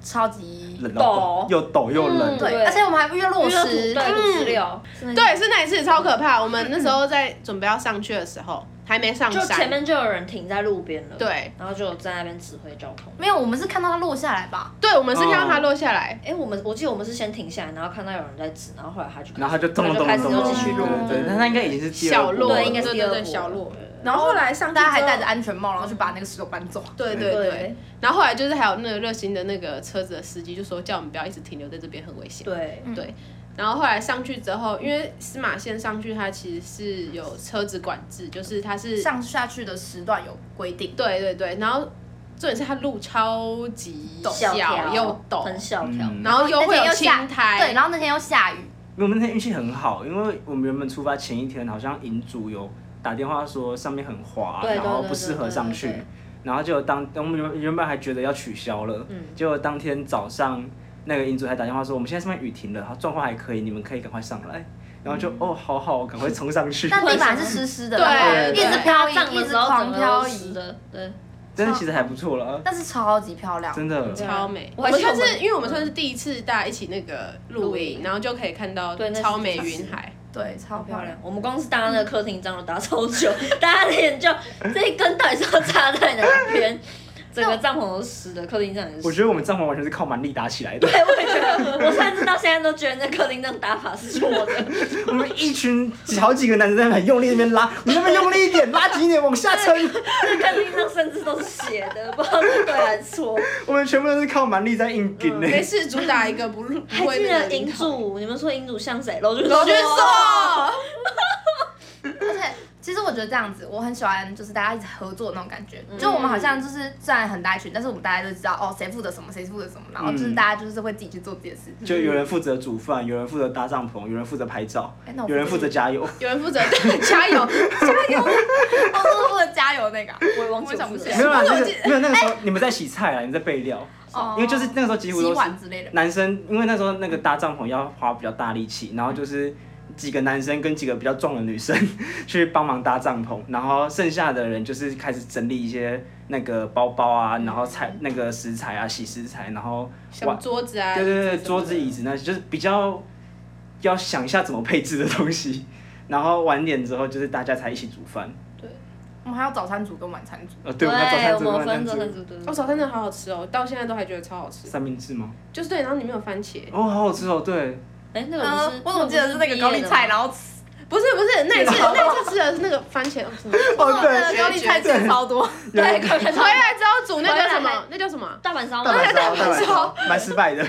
Speaker 3: 超级
Speaker 2: 冷到爆
Speaker 1: 抖
Speaker 2: 又抖又冷
Speaker 1: 嗯。
Speaker 3: 对，
Speaker 1: 对
Speaker 3: 而且我们还遇到落嗯
Speaker 1: 因为土
Speaker 3: 石，
Speaker 1: 对土石流，
Speaker 4: 对，是那一次超可怕。我们那时候在准备要上去的时候，还没上
Speaker 1: 就前
Speaker 4: 山。
Speaker 1: 面就有人停在路边了，
Speaker 4: 对，
Speaker 1: 然后就在那边指挥交通。
Speaker 3: 没有，我们是看到它落下来吧？
Speaker 4: 对，我们是看到
Speaker 2: 哦
Speaker 4: 它落下来，
Speaker 1: 哎、我们我记得我们是先停下来，然后看到有人在指，然后后来他就开始
Speaker 2: 然后他就咚咚咚
Speaker 1: 开
Speaker 2: 咚
Speaker 1: 始
Speaker 2: 咚
Speaker 1: 又
Speaker 2: 咚，
Speaker 1: 继续录，
Speaker 2: 对对，对那他应该已经是第二
Speaker 4: 小
Speaker 2: 步
Speaker 4: 落，
Speaker 2: 了
Speaker 1: 对应该是
Speaker 4: 对
Speaker 1: 第二
Speaker 4: 对对
Speaker 1: 步
Speaker 4: 小
Speaker 1: 了
Speaker 4: 落。
Speaker 3: 然
Speaker 4: 后后来上去
Speaker 3: 大家还
Speaker 4: 之后
Speaker 3: 戴着安全帽，然后去把那个石头搬走。
Speaker 4: 对
Speaker 2: 对
Speaker 4: 对
Speaker 1: 对
Speaker 4: 对，然后后来就是还有那个热心的那个车子的司机就说叫我们不要一直停留在这边很危险。
Speaker 1: 对，
Speaker 4: 对，然后后来上去之后，因为司马县上去它其实是有车子管制，就是它是
Speaker 3: 上下去的时段有规定，
Speaker 4: 对对对，然后重点是它路超级
Speaker 1: 小条
Speaker 4: 又
Speaker 1: 很
Speaker 4: 陡，
Speaker 1: 小条。
Speaker 2: 嗯
Speaker 4: 然后又会
Speaker 3: 那天
Speaker 4: 有
Speaker 3: 又
Speaker 4: 青
Speaker 3: 下
Speaker 4: 苔，
Speaker 3: 对，然后那天又下雨，
Speaker 2: 我们那天运气很好，因为我们原本出发前一天好像银主有打电话说上面很滑，
Speaker 1: 对对对
Speaker 2: 然后不适合上去
Speaker 1: 对对对，
Speaker 2: 然后就当我们原原本还觉得要取消了，
Speaker 1: 嗯
Speaker 2: 结果当天早上那个银主还打电话说我们现在上面雨停了，然后状况还可以，你们可以赶快上来，然后就、
Speaker 1: 嗯
Speaker 2: 哦好好，赶快冲上去。
Speaker 3: 但地板是湿湿的，
Speaker 4: 对
Speaker 3: 然后
Speaker 2: 对
Speaker 3: 一直飘移，
Speaker 1: 搭帐
Speaker 3: 一
Speaker 1: 的
Speaker 3: 直
Speaker 1: 时候
Speaker 3: 狂
Speaker 1: 整个
Speaker 3: 漂
Speaker 1: 都湿
Speaker 3: 移，
Speaker 1: 的，对，
Speaker 2: 但是其实还不错了，
Speaker 3: 但是超级漂
Speaker 1: 啊
Speaker 3: 亮，
Speaker 2: 真的。
Speaker 4: 超美。
Speaker 1: 我
Speaker 4: 啊我
Speaker 1: 还
Speaker 4: 们
Speaker 1: 记得
Speaker 4: 算
Speaker 1: 我们
Speaker 4: 是因为我们算是第一次大家一起那个露
Speaker 1: 露
Speaker 4: 营，
Speaker 1: 营
Speaker 4: 然后就可以看到
Speaker 1: 对那是
Speaker 4: 超美
Speaker 1: 就是
Speaker 4: 云海。
Speaker 3: 对，超
Speaker 1: 好
Speaker 3: 漂
Speaker 1: 漂
Speaker 3: 亮
Speaker 1: 亮。。我们光是搭那个客厅帐就搭超久，大家的眼就这一根到底是要插在哪边？整个帐篷都湿的，客厅帐也是
Speaker 2: 我。觉得我们帐篷完全是靠蛮力搭起来的，
Speaker 1: 对，我也觉得，我甚至到现在都觉得那客厅帐打法是错的。
Speaker 2: 我们一群好几个男生在那边很用力那边拉，你那边用力一点，拉紧一点，往下撑。
Speaker 1: 这客厅帐甚至都是斜的，不知道是对还是错。
Speaker 2: 我们全部都是靠蛮力在硬
Speaker 1: 嗯
Speaker 2: 顶欸呢、
Speaker 4: 没事，主打一个不入不
Speaker 1: 还
Speaker 4: 会
Speaker 1: 记
Speaker 4: 那个
Speaker 1: 得银主，你们说银主像谁？楼俊
Speaker 4: 罗俊硕。
Speaker 3: 而且其实我觉得这样子，我很喜欢，就是大家一直合作的那种感觉。就我们好像就是虽然很大一群，但是我们大家都知道哦，谁负责什么，谁负责什么，然后就是大家就是会自己去做自己的事。
Speaker 2: 就有人负责煮饭，有人负责搭帐篷，有人负责拍照
Speaker 3: 哎那，我
Speaker 2: 有人负责加油。
Speaker 4: 有人负责 加油，
Speaker 3: 哦，是负责加油那个啊、
Speaker 1: 我也忘记
Speaker 3: 我想不起来
Speaker 2: 没有 啦，
Speaker 4: 我
Speaker 2: 那
Speaker 4: 忘
Speaker 2: 个
Speaker 4: 记
Speaker 2: 没有那个时候你们在洗菜啦，啊你们在备料，
Speaker 3: 哦
Speaker 2: 因为就是那个时候几乎
Speaker 3: 洗
Speaker 2: 都是
Speaker 3: 碗之类的。
Speaker 2: 男生，因为那时候那个搭帐篷要花比较大力气，然后就是几个男生跟几个比较壮的女生 去帮忙搭帐篷，然后剩下的人就是开始整理一些那个包包啊，然后
Speaker 3: 嗯
Speaker 2: 菜那个食材啊，洗食材，然后
Speaker 4: 像桌子啊，
Speaker 2: 对对对，
Speaker 4: 椅子什么的
Speaker 2: 桌子椅子那些就是比较要想一下怎么配置的东西，然后晚点之后就是大家才一起煮饭。
Speaker 3: 我们还有早餐组跟晚餐组，
Speaker 2: 呃，
Speaker 1: 对，
Speaker 2: 对，我们要早餐
Speaker 1: 我
Speaker 2: 煮
Speaker 1: 们
Speaker 2: 晚
Speaker 1: 分
Speaker 2: 餐
Speaker 1: 早餐
Speaker 2: 煮
Speaker 1: 组对。
Speaker 4: 哦，早餐真的好好吃哦，到现在都还觉得超好吃。
Speaker 2: 三明治吗？
Speaker 4: 就是对，然后里面有番茄，
Speaker 2: 哦，好好吃哦，对，
Speaker 1: 哎，那个不
Speaker 3: 呃
Speaker 1: 是，
Speaker 3: 我怎么记得是那个高丽菜，然后吃
Speaker 4: 不是不是，那一次那一次吃的是那个番茄，哦什么
Speaker 2: 哦
Speaker 3: 那个高丽菜吃
Speaker 2: 对
Speaker 3: 超多，
Speaker 1: 毕业的吗？对，高丽
Speaker 4: 回
Speaker 1: 菜
Speaker 4: 来之后煮那
Speaker 1: 回
Speaker 4: 叫
Speaker 1: 来
Speaker 4: 什么
Speaker 1: 还？
Speaker 4: 那叫什么？
Speaker 1: 大阪烧
Speaker 2: 大
Speaker 1: 吗？
Speaker 2: 阪烧，
Speaker 4: 对
Speaker 2: 大
Speaker 4: 大
Speaker 2: 阪
Speaker 4: 阪
Speaker 2: 烧
Speaker 4: 烧，
Speaker 2: 蛮失 败的。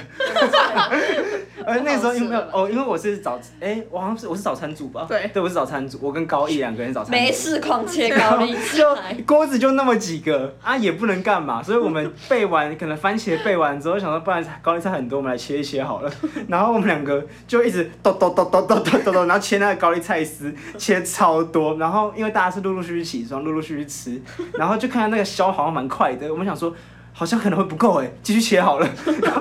Speaker 2: 而那时候因为没有
Speaker 1: 好好吃
Speaker 2: 哦，因为我是早哎，我好像是我是早餐组吧？
Speaker 3: 对
Speaker 2: 对，我是早餐组，我跟高一两个人是早餐组。
Speaker 1: 没事，狂切高丽菜
Speaker 2: 就。哎锅子就那么几个啊，也不能干嘛，所以我们备完可能番茄备完之后，想说不然高丽菜很多，我们来切一切好了。然后我们两个就一直抖抖抖抖抖抖抖抖，然后切那个高丽菜丝，切超多。然后因为大家是陆陆续续起床，陆陆续续吃，然后就看到那个削好像蛮快的，我们想说。好像可能会不够哎，继续切好了。 然后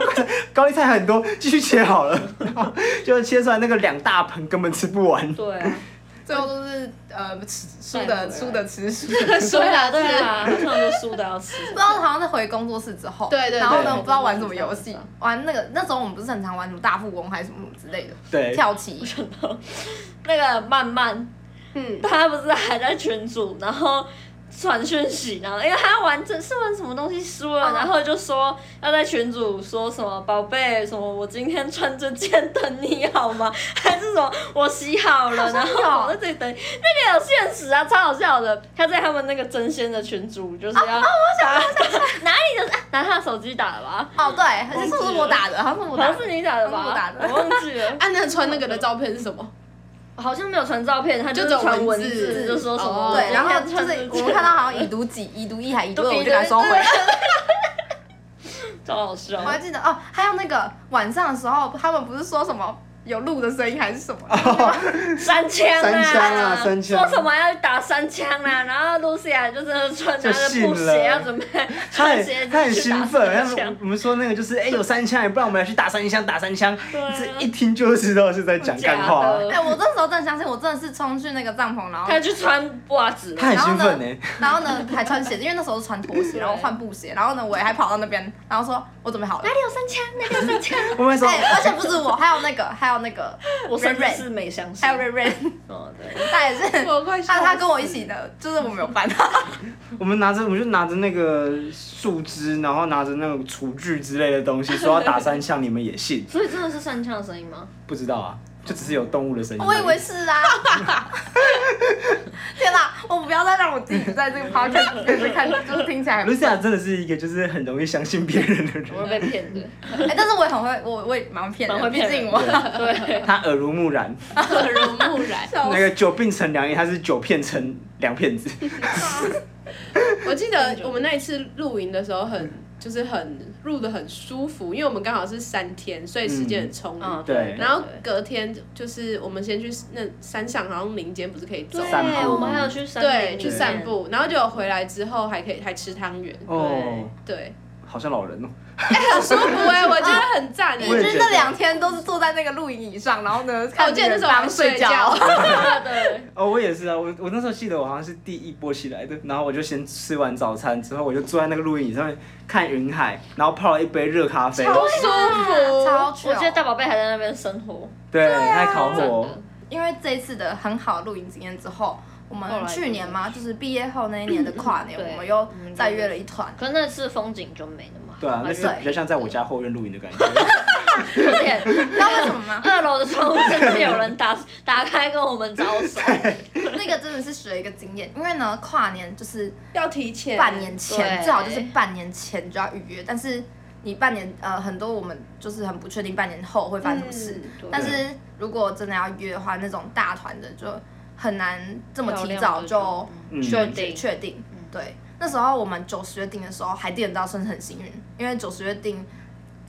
Speaker 2: 高丽菜很多，继续切好了，然后就切出来那个两大盆根本吃不完。
Speaker 1: 对啊，
Speaker 3: 最后都是呃吃输
Speaker 1: 带回来
Speaker 3: 的输的 吃输。
Speaker 1: 输的对啊，通常都输的要吃。
Speaker 3: 不知道好像在回工作室之后，
Speaker 4: 对对对
Speaker 3: 然后
Speaker 2: 对
Speaker 3: 呢，不知道玩什么游
Speaker 1: 对
Speaker 3: 戏
Speaker 1: 对对，
Speaker 3: 玩那个那时候我们不是很常玩什么大富翁还是什么什么之类的，
Speaker 2: 对，
Speaker 3: 跳 棋，
Speaker 1: 那个曼曼，
Speaker 4: 嗯，
Speaker 1: 他不是还在群组，然后传讯息，然后因为他玩这是玩什么东西输了，
Speaker 3: 哦
Speaker 1: 然后就说要在群组说什么宝贝什么，我今天穿这件等你好吗？ 还是什么我洗好了，然后我在这里等你。那个有现实啊，超好笑的。他在他们那个争先的群组，就是要打哪里的拿他的手机打的吧，
Speaker 3: 哦对，还是是不是我打的，好像是我
Speaker 1: 好
Speaker 3: 打
Speaker 1: 像
Speaker 3: 的，
Speaker 1: 是你打的吧，
Speaker 3: 我打的
Speaker 1: 我忘记了。
Speaker 4: 安娜穿那个的照片是什么？
Speaker 1: 好像没有传照片，他
Speaker 4: 就是只有
Speaker 1: 传
Speaker 4: 文
Speaker 1: 文
Speaker 4: 字
Speaker 1: 字，就说什
Speaker 4: 哦
Speaker 1: 么
Speaker 3: 对，然后就
Speaker 1: 穿
Speaker 3: 是
Speaker 1: 这
Speaker 3: 我
Speaker 1: 件
Speaker 3: 们看到好像已读几、已读一还已读二，我就
Speaker 1: 对
Speaker 3: 给它收回。
Speaker 1: 超好笑
Speaker 3: 我。还记得哦，还有那个晚上的时候，他们不是说什么有鹿的声音还是什 么？
Speaker 1: 三枪啊，
Speaker 2: 三枪啊三枪
Speaker 1: 说什么要打三枪啊？然后露西亚就是穿着
Speaker 2: 就
Speaker 1: 那
Speaker 2: 信
Speaker 1: 个布
Speaker 2: 了
Speaker 1: 鞋要准备
Speaker 2: 他
Speaker 1: 穿鞋
Speaker 2: 很他很
Speaker 1: 子去打
Speaker 2: 兴奋，
Speaker 1: 三
Speaker 2: 他
Speaker 1: 枪
Speaker 2: 们。我们说那个就是哎、有三枪，不然我们来去打三枪，打三枪，
Speaker 1: 对啊
Speaker 2: 这一听就知道是在讲干
Speaker 1: 假
Speaker 2: 话
Speaker 1: 的。
Speaker 3: 哎，我那时候真的相信，我真的是冲去那个帐篷，然后
Speaker 1: 他去穿袜子，
Speaker 2: 他很兴奋呢、
Speaker 3: 然后呢还穿鞋子，因为那时候是穿 拖鞋，然后换布鞋，然后呢我也还跑到那边，然后说我准备好了
Speaker 1: 哪。里有三枪？哪里有三枪？
Speaker 2: 我们还说
Speaker 3: 哎，而且不止我，还有那个，还有那 个，
Speaker 1: 我甚至
Speaker 3: Red
Speaker 1: 是没相信
Speaker 3: 还。有瑞瑞，
Speaker 1: 哦，对，
Speaker 3: 他也是，
Speaker 4: 我快笑
Speaker 3: 他
Speaker 4: 死
Speaker 3: 他跟我一起的，就是我没有办。
Speaker 2: 我们拿着我们就拿着那个树枝，然后拿着那种厨具之类的东西，说要打三枪，你们也信？
Speaker 1: 所以真的是三枪的声音吗？
Speaker 2: 不知道啊， 就只是有动物的声音。
Speaker 3: 我以为是啊。天哪、我不要再让我自己在这个 podcast 里面是看，就是听起来很笨。
Speaker 2: Lucia 真的是一啊个就是很容易相信别人的
Speaker 1: 我会
Speaker 2: 人，
Speaker 1: 被骗的，
Speaker 3: 哎、但是我也很会，我我也蛮骗
Speaker 1: 蛮会
Speaker 3: 人，毕
Speaker 1: 骗人
Speaker 3: 竟 我
Speaker 1: 对，
Speaker 2: 他耳濡目染。
Speaker 1: 耳濡目染。
Speaker 2: 那个久病成良医，他是久骗成良骗子。
Speaker 4: 我记得我们那一次露营的时候很，就是很露的很舒服，因为我们刚好是三天，所以时间很充裕。
Speaker 1: 嗯，
Speaker 2: 对
Speaker 4: 然后隔天就是我们先去那山上，好像林间不是可以走
Speaker 1: 对，
Speaker 2: 散步
Speaker 1: 我们还有去山林
Speaker 4: 对，
Speaker 1: 里
Speaker 4: 去
Speaker 1: 面
Speaker 4: 散，步，然后就回来之后还可以还吃汤圆，
Speaker 2: 哦，
Speaker 4: 对，
Speaker 2: 好像老人哦。
Speaker 4: 很舒服哎、我觉得很赞哎、
Speaker 2: 我也
Speaker 3: 就是那两天都是坐在那个露营椅上，然后呢，看
Speaker 4: 哦我记得那时候我还
Speaker 3: 当睡
Speaker 4: 睡觉，
Speaker 1: 对，
Speaker 2: 哦，我也是啊，我我那时候记得我好像是第一波起来的，然后我就先吃完早餐之后，我就坐在那个露营椅上面看云海，然后泡了一杯热咖啡，
Speaker 4: 超舒服，
Speaker 3: 超久。
Speaker 1: 我记得大宝贝还在那边生活，
Speaker 2: 对，还烤
Speaker 4: 真
Speaker 2: 火
Speaker 4: 的，。
Speaker 3: 因为这一次的很好的露营经验之后，我
Speaker 1: 后来
Speaker 3: 们去年嘛，就是毕业后那一年的 跨年，
Speaker 1: 哦对
Speaker 3: 我们又再约了一团。
Speaker 1: 可是那次风景就没了嘛。
Speaker 2: 对啊，那是比较像在我家后院露营的感觉。
Speaker 1: 而且
Speaker 3: 你知道为什么吗？
Speaker 1: 二楼的窗户甚至有人打 打开跟我们招手，
Speaker 3: 那个真的是学一个经验，因为呢，跨年就是
Speaker 4: 要提前嗯
Speaker 3: 半年前，
Speaker 1: 对
Speaker 3: 最好就是半年前就要预约，但是你半年呃很多我们就是很不确定半年后会发生什么事，
Speaker 1: 嗯
Speaker 3: 但是如果真的要约的话，那种大团的就很难这么提
Speaker 1: 漂亮
Speaker 3: 早
Speaker 1: 的
Speaker 3: 就
Speaker 2: 嗯
Speaker 1: 确定
Speaker 3: 确定。对，那时候我们九十月订的时候还订得到，算是很幸运，因为九十月订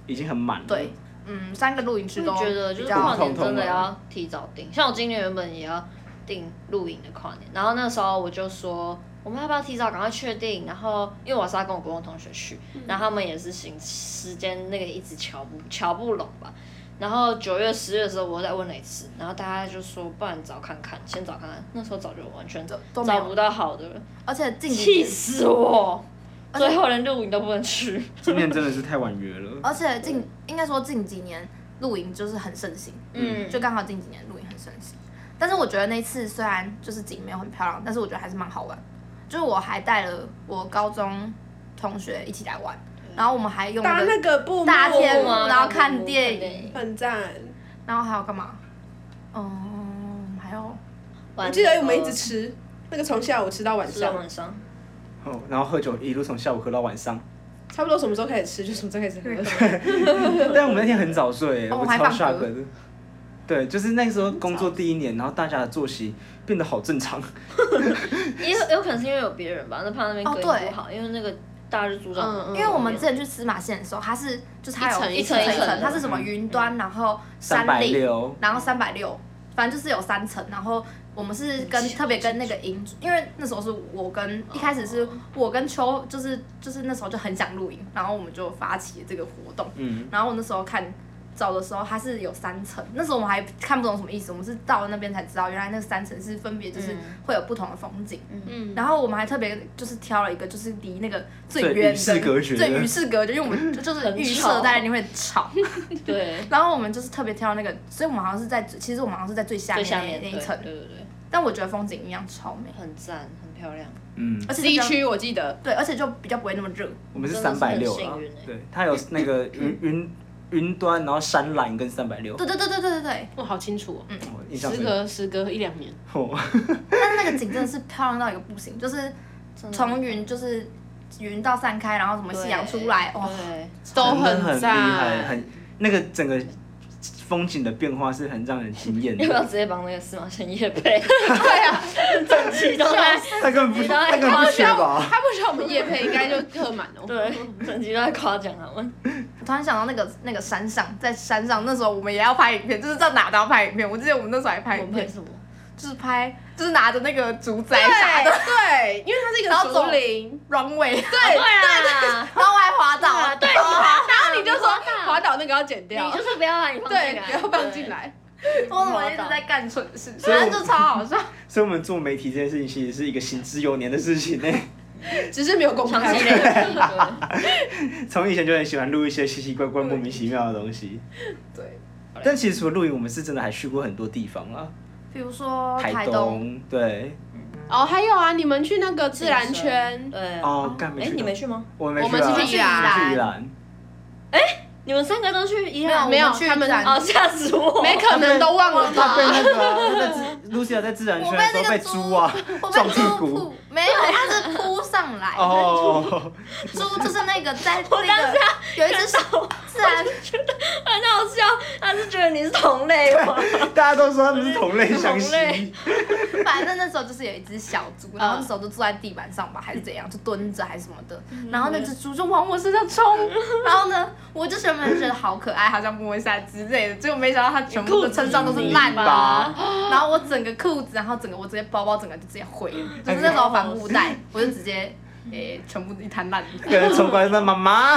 Speaker 2: 已经很满了。
Speaker 3: 对，嗯三个露营区
Speaker 1: 就
Speaker 3: 都
Speaker 1: 觉得就
Speaker 3: 比
Speaker 1: 是跨
Speaker 3: 较
Speaker 1: 年真的要提早订。像我今年原本也要订露营的跨年，然后那时候我就说我们要不要提早赶快确定？然后因为我是要跟我国中同学去，
Speaker 3: 嗯
Speaker 1: 然后他们也是行时间那个一直瞧不瞧不拢吧。然后九月、十月的时候，我又再问了一次，然后大家就说，不然早看看，先早看看。那时候早就完全
Speaker 3: 都
Speaker 1: 找
Speaker 3: 都没有
Speaker 1: 找不到好的了，
Speaker 3: 而且近几
Speaker 1: 气
Speaker 3: 年
Speaker 1: 死我！最后连露营都不能去。
Speaker 2: 今年真的是太晚约了。
Speaker 3: 而且近应该说近几年露营就是很盛行，
Speaker 1: 嗯
Speaker 3: 就刚好近几年露营很盛行。但是我觉得那次虽然就是景没有很漂亮，但是我觉得还是蛮好玩。就是我还带了我高中同学一起来玩，然后我们还用
Speaker 4: 搭
Speaker 3: 那
Speaker 4: 那
Speaker 3: 个
Speaker 4: 个布幕
Speaker 3: 大天幕，
Speaker 1: 吗
Speaker 3: 然后看电
Speaker 1: 看电
Speaker 3: 影
Speaker 1: 影，
Speaker 4: 很赞。
Speaker 3: 然后还有干嘛？嗯，还有
Speaker 1: 我
Speaker 4: 我记得我们一直吃那个，从下午吃到晚
Speaker 1: 吃到
Speaker 4: 上，
Speaker 1: 晚上，
Speaker 2: 哦，然后喝酒一路从下午喝到晚上，
Speaker 4: 差不多什么时候开始吃就什么时候开始喝。
Speaker 2: 但我们那天很早睡，
Speaker 3: 哦
Speaker 2: 我
Speaker 3: 还
Speaker 2: 超
Speaker 3: 放
Speaker 2: shock
Speaker 3: 歌
Speaker 2: 的。对，就是那时候工作第一年，然后大家的作息变得好正常。
Speaker 1: 也有有可能是因为有别人吧，那怕那边
Speaker 3: 哦
Speaker 1: 隔音不好，因为那个大日组长
Speaker 4: 嗯嗯
Speaker 1: 旁
Speaker 3: 因
Speaker 1: 边，
Speaker 3: 为我们之前去司马县的时候，它是就是它有
Speaker 4: 一
Speaker 1: 层一层
Speaker 3: 一
Speaker 1: 一层的
Speaker 3: 它是什么云端，然后山
Speaker 2: 百
Speaker 3: 顶，
Speaker 2: 六，
Speaker 3: 然后三百六，反正就是有三层。然后我们是跟特别跟那个营主，因为那时候是我跟一开始是我跟秋，就是就是那时候就很想露营，然后我们就发起了这个活动。
Speaker 2: 嗯，
Speaker 3: 然后我那时候看找的时候，它是有三层，那时候我们还看不懂什么意思，我们是到了那边才知道，原来那三层是分别就是
Speaker 1: 嗯
Speaker 3: 会有不同的风景。
Speaker 4: 嗯，
Speaker 3: 然后我们还特别就是挑了一个就是离那个最
Speaker 2: 最
Speaker 3: 远
Speaker 2: 与
Speaker 3: 的
Speaker 2: 世隔绝
Speaker 3: 最与世隔绝，因为我们就就是
Speaker 1: 很
Speaker 3: 预
Speaker 1: 吵
Speaker 3: 设大家一定会吵，
Speaker 1: 对
Speaker 3: 然后我们就是特别挑那个，所以我们好像是在最其实我们好像是在最下
Speaker 1: 最
Speaker 3: 面
Speaker 1: 下
Speaker 3: 那
Speaker 1: 面对
Speaker 3: 那一层
Speaker 1: 对，对对，
Speaker 3: 但我觉得风景一样超美，
Speaker 1: 很赞，很漂亮，
Speaker 2: 嗯，
Speaker 3: 而且就比
Speaker 4: C
Speaker 3: 较
Speaker 4: 区我记得
Speaker 3: 对，而且就比较不会那么热，
Speaker 2: 我们是
Speaker 1: 真的
Speaker 2: 三
Speaker 1: 是
Speaker 2: 百
Speaker 1: 很
Speaker 2: 六
Speaker 1: 幸
Speaker 2: 啊
Speaker 1: 运欸，
Speaker 2: 对，它有那个云云云端，然后山岚跟三百六，
Speaker 3: 对对对对对对对，
Speaker 4: 哇，好清楚哦，
Speaker 2: 我印象
Speaker 4: 时
Speaker 2: 深刻。
Speaker 4: 隔时隔一两年，
Speaker 2: 哦
Speaker 3: 但是那个景真的是漂亮到一个不行，就是
Speaker 1: 真的
Speaker 3: 从云就是云到散开，然后什么
Speaker 1: 对
Speaker 3: 夕阳出来，哦哇，
Speaker 1: 对，
Speaker 4: 都
Speaker 2: 真的很厉害，
Speaker 4: 赞，
Speaker 2: 很那个整个风景的变化是很让人惊艳
Speaker 1: 要不要
Speaker 2: 的。
Speaker 1: 直接帮那个司马迁夜 配？对啊，整期都在，
Speaker 2: 那根本不，
Speaker 1: 你都在
Speaker 2: 那根本不缺吧？
Speaker 4: 他不需要我们夜配，应该就客满 哦。
Speaker 1: 对， 整期都在夸奖他们，
Speaker 3: 我突然想到那个那个山上，在山上那时候我们也要拍影片，就是在哪都要拍影片。我记得我们那时候还拍
Speaker 1: 我
Speaker 3: 影
Speaker 1: 们配
Speaker 3: 片，
Speaker 1: 什么？
Speaker 3: 就是拍就是拿着那个竹仔
Speaker 4: 对
Speaker 3: 啥的
Speaker 4: 对，因为它是一
Speaker 3: 然后
Speaker 4: 个
Speaker 3: 走
Speaker 4: 竹林，
Speaker 3: runway，
Speaker 1: 对啊，
Speaker 3: 然后我还滑
Speaker 1: 对啊，
Speaker 3: 倒，
Speaker 1: 对，你滑倒
Speaker 4: 然后你就说
Speaker 1: 滑倒
Speaker 4: 滑倒那个要剪掉
Speaker 1: 你，就是不要把你放进
Speaker 4: 对，
Speaker 1: 来，
Speaker 4: 不要放进来。
Speaker 3: 我怎么一直在干蠢事，
Speaker 2: 所以
Speaker 3: 反
Speaker 2: 我
Speaker 3: 正就超好笑。
Speaker 2: 所以我们做媒体这件事情，其实是一个行之有年的事情呢。
Speaker 4: 只是没有公
Speaker 1: 对，长期
Speaker 4: 开。
Speaker 1: 累积，对
Speaker 2: 从以前就很喜欢录一些奇奇怪怪、莫名其妙的东西。
Speaker 3: 对，
Speaker 2: 但其实除了露营，我们是真的还去过很多地方啦，
Speaker 3: 比如说哦台东，
Speaker 2: 东，对，
Speaker 4: 哦，还有啊，你们去那个 自然圈，
Speaker 1: 对，
Speaker 2: 哦，干没
Speaker 1: 哎，
Speaker 2: 去到，
Speaker 1: 你没去吗？
Speaker 2: 我没去啊，
Speaker 4: 我们是
Speaker 3: 去宜兰
Speaker 2: 去宜兰，
Speaker 1: 你们三个都去宜兰？
Speaker 4: 没有
Speaker 3: 我们去
Speaker 4: 他们
Speaker 3: 自然
Speaker 1: 哦，吓死我！
Speaker 4: 没可能都忘了
Speaker 2: 他
Speaker 4: 吧？
Speaker 2: 被那个啊他在自 Lucia 在自然圈的时候被猪啊
Speaker 3: 我被
Speaker 2: 撞屁
Speaker 3: 猪
Speaker 2: 股，
Speaker 3: 扑，没没有，它是扑上来，
Speaker 2: 哦，
Speaker 3: 猪就是那个在
Speaker 1: 我当
Speaker 3: 那
Speaker 1: 下
Speaker 3: 个有一只手
Speaker 1: 手
Speaker 3: 自然
Speaker 1: 很好笑，他是觉得你是同类吗？
Speaker 2: 大家都说他们是同类相
Speaker 1: 同，
Speaker 2: 吸
Speaker 1: 类
Speaker 3: 反正那时候就是有一只小猪，然后那时候就坐在地板上吧，还是怎样，就蹲着还是什么的。然后那只猪就往我身上冲，然后呢，我就原本觉得好可爱，好想摸一下之类的，结果没想到它全部的身上都是烂的啊。然后我整个裤子，然后整个我直接包包，整个就直接毁了，就是那时候帆布袋，我就直接。诶、全部一滩烂泥，
Speaker 2: 可能冲过来说妈妈，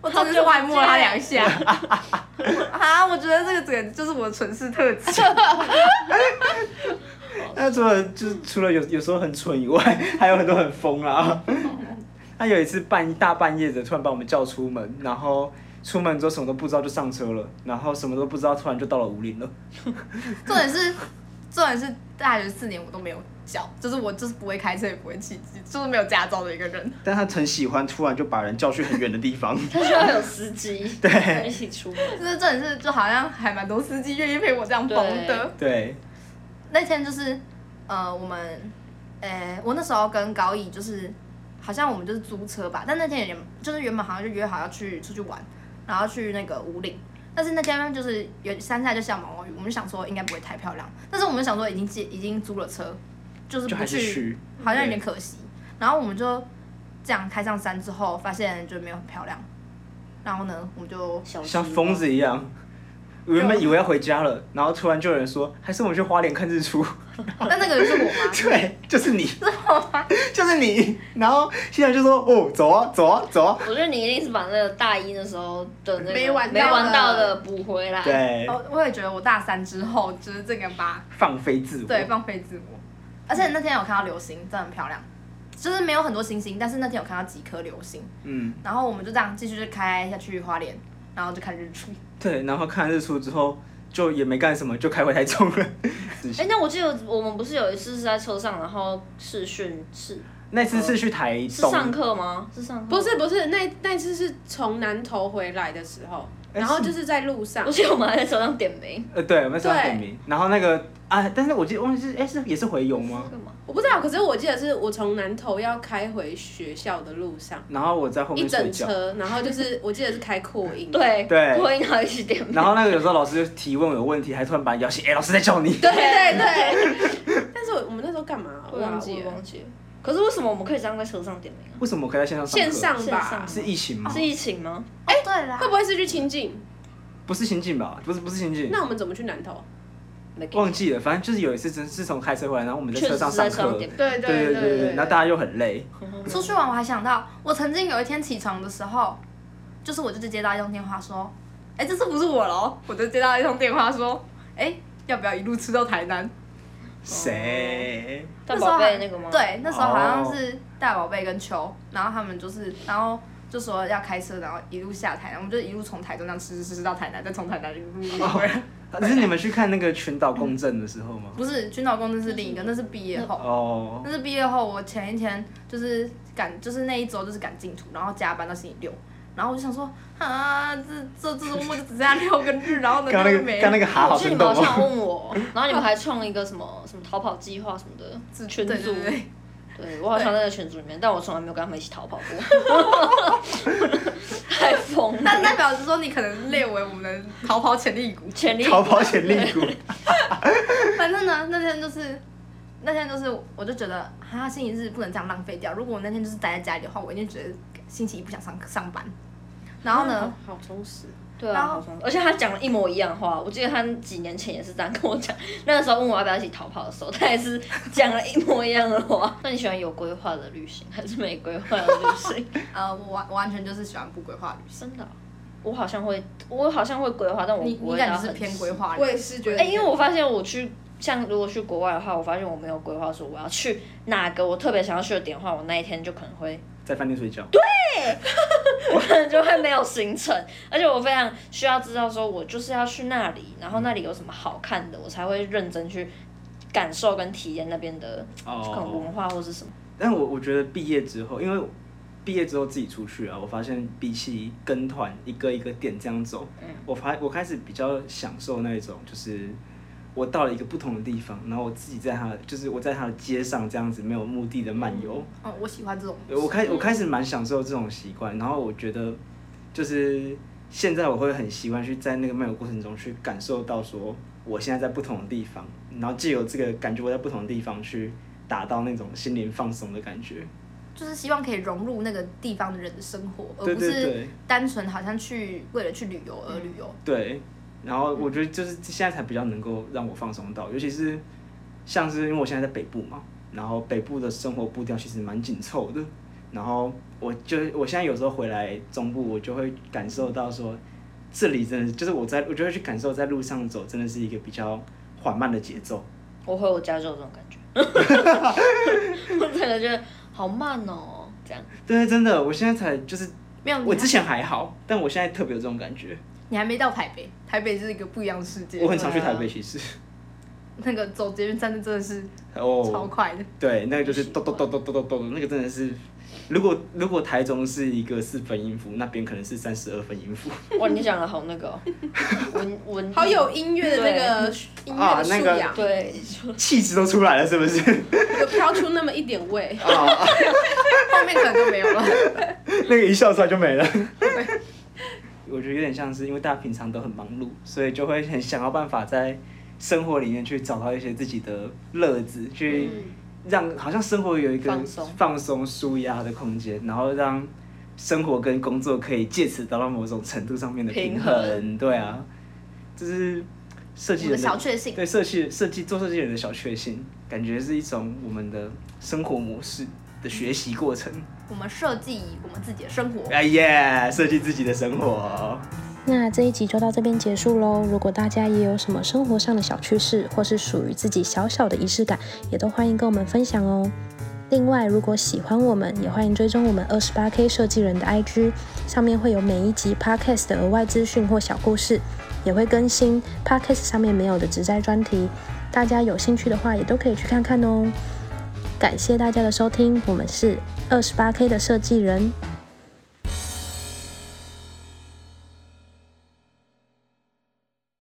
Speaker 3: 我真的是外摸了它两 下。啊，我觉得这个整个就是我的蠢事 特辑。
Speaker 2: 那除了就是除了有有时候很蠢以外， 还有很多很疯啊。他有一次半大半夜的突然把我们叫出门，然后出门之后什么都不知道就上车了，然后什么都不知道，突然就到了五林了。
Speaker 3: 重点是，重点是大学四年我都没有教，就是我就是不会开车，也不会骑机，就是没有驾照的一个人。
Speaker 2: 但他很喜欢突然就把人叫去很远的地方。
Speaker 1: 他需要有司机，
Speaker 2: 对
Speaker 1: 一起出门。
Speaker 3: 就是重点是，就好像还蛮多司机愿意陪我这样蹦的。
Speaker 2: 对，
Speaker 3: 那天就是，呃，我们，呃、我那时候跟高乙就是，好像我们就是租车吧，但那天也就是原本好像就约好要去出去玩，然后去那个五岭。但是那天就是有山下就下毛毛雨，我们就想说应该不会太漂亮，但是我们想说已经借已经租了车，就是
Speaker 2: 就
Speaker 3: 不
Speaker 2: 还是去。
Speaker 3: 好像有点可惜。然后我们就这样开上山之后，发现就没有很漂亮。然后呢，我们就
Speaker 1: 小
Speaker 2: 像疯子一样。我原本以为要回家了，然后突然就有人说，还是我们去花莲看日出。
Speaker 3: 但那个人是 我吗？
Speaker 2: 对，就是你， 就是你。然后现在就说，哦，走啊，走啊，走啊。
Speaker 1: 我觉得你一定是把那个大一的时候的那个
Speaker 3: 没玩到的
Speaker 1: 没玩到的补回来。，
Speaker 2: 对，
Speaker 3: 哦，我也觉得我大三之后就是这个吧，
Speaker 2: 放飞自我。
Speaker 3: 对，放飞自我。而且那天有看到流星，真的很漂亮。就是没有很多星星，但是那天有看到几颗流星。
Speaker 2: 嗯，
Speaker 3: 然后我们就这样继续开下去花莲，然后就看日出。
Speaker 2: 对。然后看日出之后，就也没干什么，就开回台中了。
Speaker 1: 哎、那我记得我们不是有一次是在车上，然后视讯是
Speaker 2: 那次是去台
Speaker 1: 哦是
Speaker 2: 东，
Speaker 1: 上课吗？是上课？
Speaker 4: 不是，不是，那那次是从南头回来的时候，
Speaker 2: 哎
Speaker 4: 然后就是在路上
Speaker 1: 我，记得我们还在车上点名。
Speaker 2: 呃，对，我们上
Speaker 4: 对
Speaker 2: 点名。然后那个啊，但是我记得忘记是，哎，是也是回游吗？
Speaker 1: 干嘛？
Speaker 4: 我不知道，可是我记得是我从南头要开回学校的路上，
Speaker 2: 然后我在后
Speaker 4: 一
Speaker 2: 面睡
Speaker 4: 整
Speaker 2: 觉。
Speaker 4: 车， 然后就是我记得是开扩音，
Speaker 1: 对
Speaker 2: 对
Speaker 1: 我应该一起点名。
Speaker 2: 然后那个有时候老师就提问我有问题，还突然把你摇醒，哎，老师在叫你。
Speaker 4: 对对对。 但是我我们那时候干嘛？
Speaker 2: 啊
Speaker 1: 我
Speaker 4: 忘
Speaker 1: 忘
Speaker 4: 记
Speaker 1: 记
Speaker 4: 了，
Speaker 1: 忘记了。可是为什么我们可以这样在车上点名啊？
Speaker 2: 为什么我可以在线上上课？
Speaker 4: 线上
Speaker 1: 线
Speaker 4: 吧
Speaker 1: 上？
Speaker 2: 是疫情吗？
Speaker 1: 是疫情吗？
Speaker 3: 哎、对啦
Speaker 4: 会，不会是去清境？
Speaker 2: 不是行进吧？不是不是行进，
Speaker 4: 那我们怎么去南头？
Speaker 1: 没给
Speaker 2: 忘记了。反正就是有一次，真是从开车回来，然后我们在
Speaker 1: 确
Speaker 2: 车
Speaker 1: 实
Speaker 2: 上
Speaker 1: 是
Speaker 2: 上
Speaker 1: 哦在车
Speaker 2: 课
Speaker 1: 上，点名。
Speaker 4: 对
Speaker 2: 对对对对，然后大家又很累，
Speaker 1: 哦
Speaker 3: 出去玩，我还想到，我曾经有一天起床的时候，就是我就是接到一通电话说，哎、这次不是我喽，我就接到一通电话说，哎、要不要一路吃到台南？
Speaker 2: 谁？
Speaker 1: 大
Speaker 3: 那时候
Speaker 1: 宝
Speaker 3: 好
Speaker 1: 贝那个吗？，
Speaker 3: 对，那时候好像是大宝贝跟秋，然后他们就是，然后就说要开车，然后一路下台南，我们就一路从台中这样吃吃吃吃到台南，再从台南一路一路回来。
Speaker 2: 啊是你们去看那个群岛公正的时候吗？
Speaker 3: 不是，军岛公司是另一个，那是毕业后。
Speaker 2: 哦
Speaker 3: 但是毕业后，我前一天就是赶，就是那一周就是赶进图，然后加班到星期六，然后我就想说，啊，这这这周末就只剩下六个日，然后呢
Speaker 2: 刚刚那个
Speaker 3: 就没
Speaker 2: 刚刚那
Speaker 3: 了。
Speaker 2: 个哈好
Speaker 1: 我记得你
Speaker 2: 生
Speaker 1: 们
Speaker 2: 动
Speaker 1: 好像
Speaker 2: 哦，
Speaker 1: 问我，然后你们还创一个什么 什么逃跑计划什么的群
Speaker 3: 对
Speaker 1: 组
Speaker 3: 对，对，
Speaker 1: 对我好像在那个群组里面，但我从来没有跟他们一起逃跑过， 太疯了，
Speaker 3: 但代表是说你可能列为我们的逃跑潜力股。
Speaker 1: 潜力
Speaker 2: 逃跑潜力股，
Speaker 3: 反正呢，那天就是那天就是，我就觉得哈，星期日不能这样浪费掉。如果我那天就是待在家里的话，我一定觉得星期一不想上上班。然后呢，
Speaker 4: 好充实。
Speaker 1: 对
Speaker 3: 然
Speaker 1: 啊，
Speaker 3: 后
Speaker 1: 好疯而且他讲了一模一样的话，我记得他几年前也是这样跟我讲，那个时候问我要不要一起逃跑的时候，他也是讲了一模一样的 话。那你喜欢有规划的旅行还是没规划的旅行？
Speaker 3: 呃，我完我完全就是喜欢不规划旅行。
Speaker 1: 真的啊、我好像会，我好像会规划，但我
Speaker 3: 你
Speaker 1: 不
Speaker 3: 你
Speaker 1: 会到
Speaker 3: 感觉
Speaker 1: 很
Speaker 3: 是偏规划
Speaker 4: 我
Speaker 3: 旅
Speaker 4: 也是觉得，
Speaker 1: 哎、因为我发现我去，像如果去国外的话，我发现我没有规划说我要去哪个我特别想要去的点的话，我那一天就可能会，
Speaker 2: 在饭店睡觉。
Speaker 1: 我可能就会没有行程，而且我非常需要知道说我就是要去那里，然后那里有什么好看的，我才会认真去感受跟体验那边的可能文
Speaker 2: 哦，
Speaker 1: 化或是什么。
Speaker 2: 但我我觉得毕业之后，因为毕业之后自己出去啊，我发现比起跟团一个一个点这样走，我发我开始比较享受那一种就是。我到了一个不同的地方，然后我自己在他的，就是我在他的街上这样子没有目的的漫游。
Speaker 3: 哦，我喜欢这种。
Speaker 2: 对我开我开始蛮享受这种习惯，然后我觉得就是现在我会很习惯去在那个漫游过程中去感受到说我现在在不同的地方，然后借由这个感觉我在不同的地方去达到那种心灵放松的感觉。
Speaker 3: 就是希望可以融入那个地方的人的生活，而
Speaker 2: 对
Speaker 3: 不
Speaker 2: 对
Speaker 3: 是
Speaker 2: 对嗯
Speaker 3: 单纯好像去为了去旅游而旅游。
Speaker 2: 对，然后我觉得就是现在才比较能够让我放松到，尤其是像是因为我现在在北部嘛，然后北部的生活步调其实蛮紧凑的，然后我就我现在有时候回来中部，我就会感受到说，这里真的就是我在我就会去感受在路上走真的是一个比较缓慢的节奏，
Speaker 1: 我回我家就有这种感觉， 我整个觉得好慢哦，这样。
Speaker 2: 对，真的，我现在才就是
Speaker 3: 没有，
Speaker 2: 我
Speaker 3: 你
Speaker 2: 之
Speaker 3: 还
Speaker 2: 前还好，但我现在特别有这种感觉，
Speaker 3: 你还没到台北，台北是一个不一样的世界。
Speaker 2: 我很常去
Speaker 4: 对啊
Speaker 2: 台北其实，
Speaker 3: 那个走捷运站的真的是
Speaker 2: 哦，
Speaker 3: 超快的，
Speaker 2: 对，那个就是
Speaker 1: 习
Speaker 2: 咚咚咚咚咚咚咚，那个真的是，如果如果台中是一个四分音符，那边可能是三十二分音符
Speaker 1: 哇，你讲的好那个、哦，文文艺
Speaker 4: 好有音乐的那个音乐
Speaker 2: 啊
Speaker 4: 的素
Speaker 2: 那个
Speaker 4: 养，
Speaker 1: 对，
Speaker 2: 气质都出来了，是不是？
Speaker 4: 有飘出那么一点味。
Speaker 3: 后面可能就没有了。
Speaker 2: 那个一笑出来就没了。 我觉得有点像是因为大家平常都很忙碌，所以就会很想要办法在生活里面去找到一些自己的乐子，去让好像生活有一个
Speaker 1: 嗯放松
Speaker 2: 放松、舒压的空间，然后让生活跟工作可以借此达到某种程度上面的平
Speaker 1: 平
Speaker 2: 衡。
Speaker 1: 衡
Speaker 2: 对啊，这是设计
Speaker 3: 我的
Speaker 2: 人
Speaker 3: 小确幸，
Speaker 2: 对设计设计做设计人的小确幸，感觉是一种我们的生活模式的学习过程。
Speaker 3: 我们设计我们自己的生活。
Speaker 2: 哎耶，设计自己的生活。
Speaker 5: 那这一集就到这边结束喽。如果大家也有什么生活上的小趣事，或是属于自己小小的仪式感，也都欢迎跟我们分享哦。另外，如果喜欢我们，也欢迎追踪我们二十八 K 设计人的 IG，上面会有每一集 Podcast 的额外资讯或小故事，也会更新 Podcast 上面没有的职灾专题。大家有兴趣的话，也都可以去看看哦。感谢大家的收听，我们是二十八 K 的设计人，